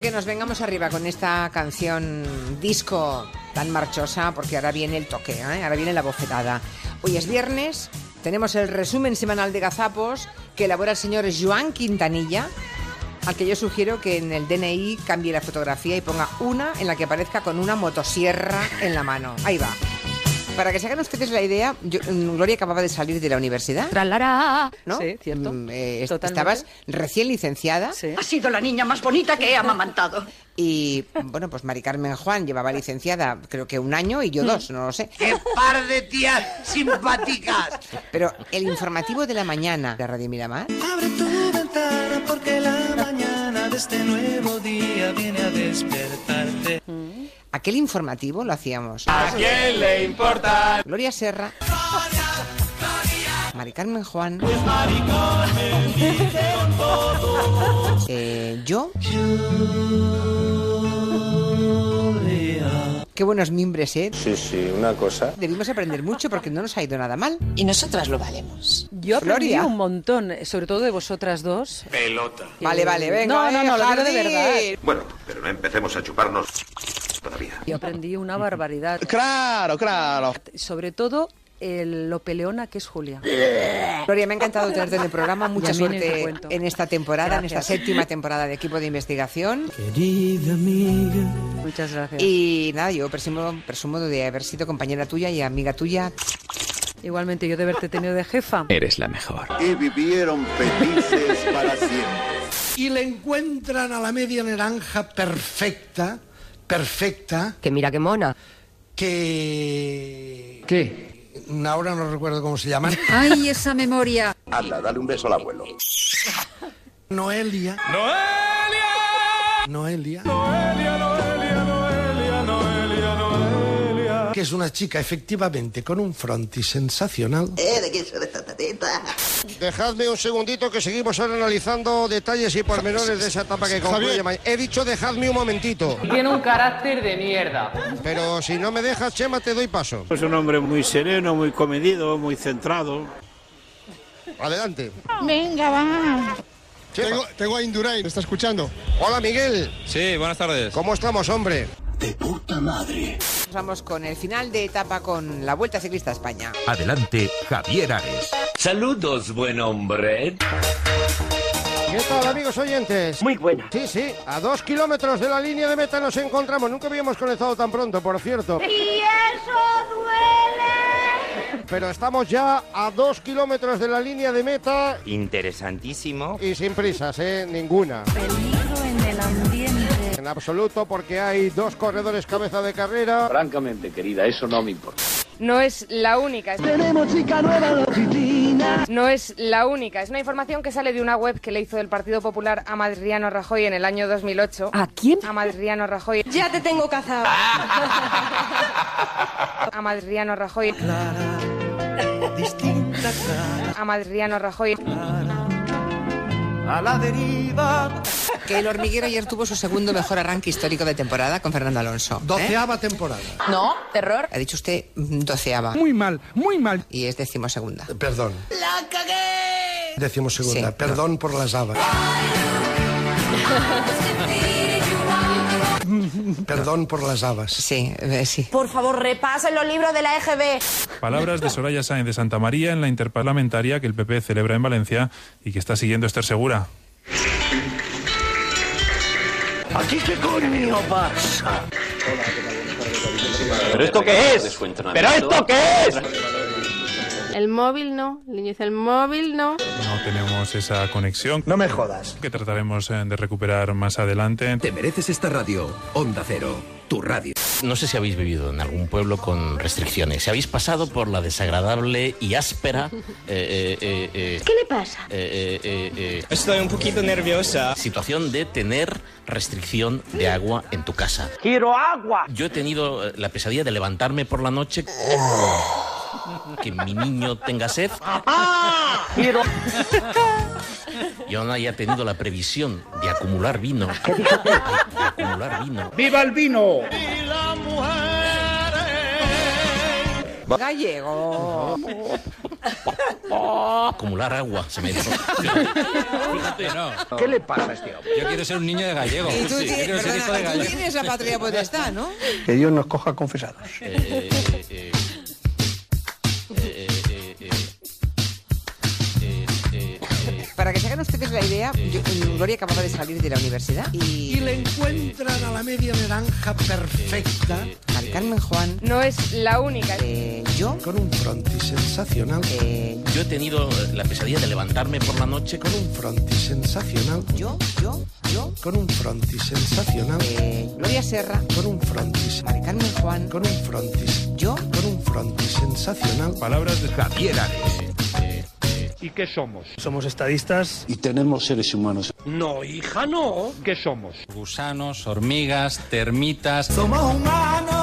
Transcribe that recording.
que nos vengamos arriba con esta canción disco tan marchosa, porque ahora viene el toqueo, ¿eh? ahora viene la bofetada. Hoy es viernes, tenemos el resumen semanal de Gazapos que elabora el señor Joan Quintanilla, al que yo sugiero que en el DNI cambie la fotografía y ponga una en la que aparezca con una motosierra en la mano. Ahí va. Para que se hagan ustedes la idea, yo- mm, Gloria acababa de salir de la universidad, Tralará. ¿no? Sí, cierto. Mm, eh, est- Totalmente. estabas recién licenciada. Sí. Ha sido la niña más bonita que he amamantado. Y bueno, pues Mari Carmen Juan llevaba licenciada creo que un año y yo dos, no lo sé. ¡Qué par de tías simpáticas! Pero el informativo de la mañana de Radio Miramar, Abre tu ventana porque la mañana de este nuevo día viene a despertarte. aquel informativo lo hacíamos. ¿A quién le importa? Gloria Serra. Mari Carmen Juan. Eh, yo. Qué buenos mimbres, ¿eh? Sí, sí, una cosa. Debimos aprender mucho porque no nos ha ido nada mal. Y nosotras lo valemos. Yo aprendí Gloria. un montón, sobre todo de vosotras dos. Pelota. Vale, vale, venga. No, no, eh, no, lo digo de jardín. verdad. Bueno, pero no empecemos a chuparnos todavía. Yo aprendí una barbaridad. Claro, claro. Sobre todo el- lo peleona que es Julia. Gloria, me ha encantado tenerte en el programa. Mucha a mí ni te suerte cuento. en esta temporada, en esta Gracias. séptima temporada de equipo de investigación. Querida amiga. Muchas gracias. Y nada, yo presumo, presumo de haber sido compañera tuya y amiga tuya. Igualmente yo de haberte tenido de jefa. Eres la mejor. Y vivieron felices para siempre. Y le encuentran a la media naranja perfecta, perfecta, Que mira qué mona. que... ¿Qué? Ahora no recuerdo cómo se llaman. Ay, esa memoria. Anda, dale un beso al abuelo. Noelia. Noelia. Noelia. Noelia, Noelia, Noelia, Noelia. Que es una chica, efectivamente, con un frontis sensacional. Dejadme un segundito que seguimos ahora analizando detalles y pormenores de esa etapa que concluye. ma- He dicho dejadme un momentito. Tiene un carácter de mierda. Pero si no me dejas, Chema, te doy paso. Es un hombre muy sereno, muy comedido, muy centrado. Adelante. Venga, va. Tengo, a Indurain, ¿me está escuchando? Hola, Miguel. Sí, buenas tardes. ¿Cómo estamos, hombre? Nos Vamos con el final de etapa con la Vuelta Ciclista a España. Adelante, Javier Ares. Saludos, buen hombre. ¿Qué tal, amigos oyentes? Muy bueno. Sí, sí. A dos kilómetros de la línea de meta nos encontramos. Nunca habíamos conectado tan pronto, por cierto. ¡Y eso duele! Pero estamos ya a dos kilómetros de la línea de meta Interesantísimo. y sin prisas, ¿eh? Ninguna. Peligro en el ambiente. En absoluto, porque hay dos corredores cabeza de carrera. Francamente, querida, eso no me importa. No es la única. Tenemos chica nueva en la oficina. No es la única. Es una información que sale de una web que le hizo el Partido Popular a Madriano Rajoy en el año 2008. Ah. ¿A quién? A Madriano Rajoy. Ya te tengo cazado. A Madriano Rajoy. Distinta clara, A Madriano Rajoy. a la deriva. Que el hormiguero ayer tuvo su segundo mejor arranque histórico de temporada con Fernando Alonso. ¿eh? Doceava temporada. No, terror. Ha dicho usted mm, doceava Muy mal, muy mal. y es decimosegunda. Perdón. ¡La cagué! Decimos segunda. Sí. Perdón por las habas. Perdón por las habas. Sí, eh, sí. Por favor, repasen los libros de la EGB. Palabras de Soraya Sáenz de Santa María en la interparlamentaria que el PP celebra en Valencia y que está siguiendo Esther Segura. Aquí qué coño pasa? ¿Pero esto qué es? ¿Pero esto qué es? El móvil no. Le dice el móvil no. No tenemos esa conexión No me jodas. que trataremos eh, de recuperar más adelante. Te mereces esta radio. Onda Cero, tu radio. No sé si habéis vivido en algún pueblo con restricciones, si habéis pasado por la desagradable y áspera... eh, ¿Qué le pasa? Estoy un poquito nerviosa. eh, Situación de tener restricción de agua en tu casa. ¡Quiero agua! Yo he tenido eh, la pesadilla de levantarme por la noche... Oh. Que mi niño tenga sed. Yo no haya tenido la previsión de acumular vino. De acumular vino. ¡Viva el vino! Gallego. Acumular agua, se me dijo. Fíjate, no. ¿Qué le pasa a este hombre? Yo quiero ser un niño de gallego. Y tú, Sí, ti- yo quiero ser perdona, hijo de tú gallego. tienes la patria potestad, ¿no? Que Dios nos coja confesados. Eh, eh, eh, eh, eh, eh, eh, eh, eh. Para que se hagan ustedes la idea, yo- eh, Gloria acababa de salir de la universidad y... Y le encuentran a la media naranja perfecta. Mari Carmen Juan. eh, No es la única. yo. eh, Con un frontis sensacional. Yo he tenido eh, la pesadilla de levantarme por la noche con un frontis sensacional. Yo, yo, yo. eh, Con un frontis sensacional. Gloria Serra. Con un frontis. Mari Carmen Juan. Con un frontis. Yo. Con un frontis sensacional. Palabras de Javier Ares. ¿Y qué somos? Somos estadistas. Y tenemos seres humanos. No, hija, no. ¿Qué somos? Gusanos, hormigas, termitas. Somos humanos.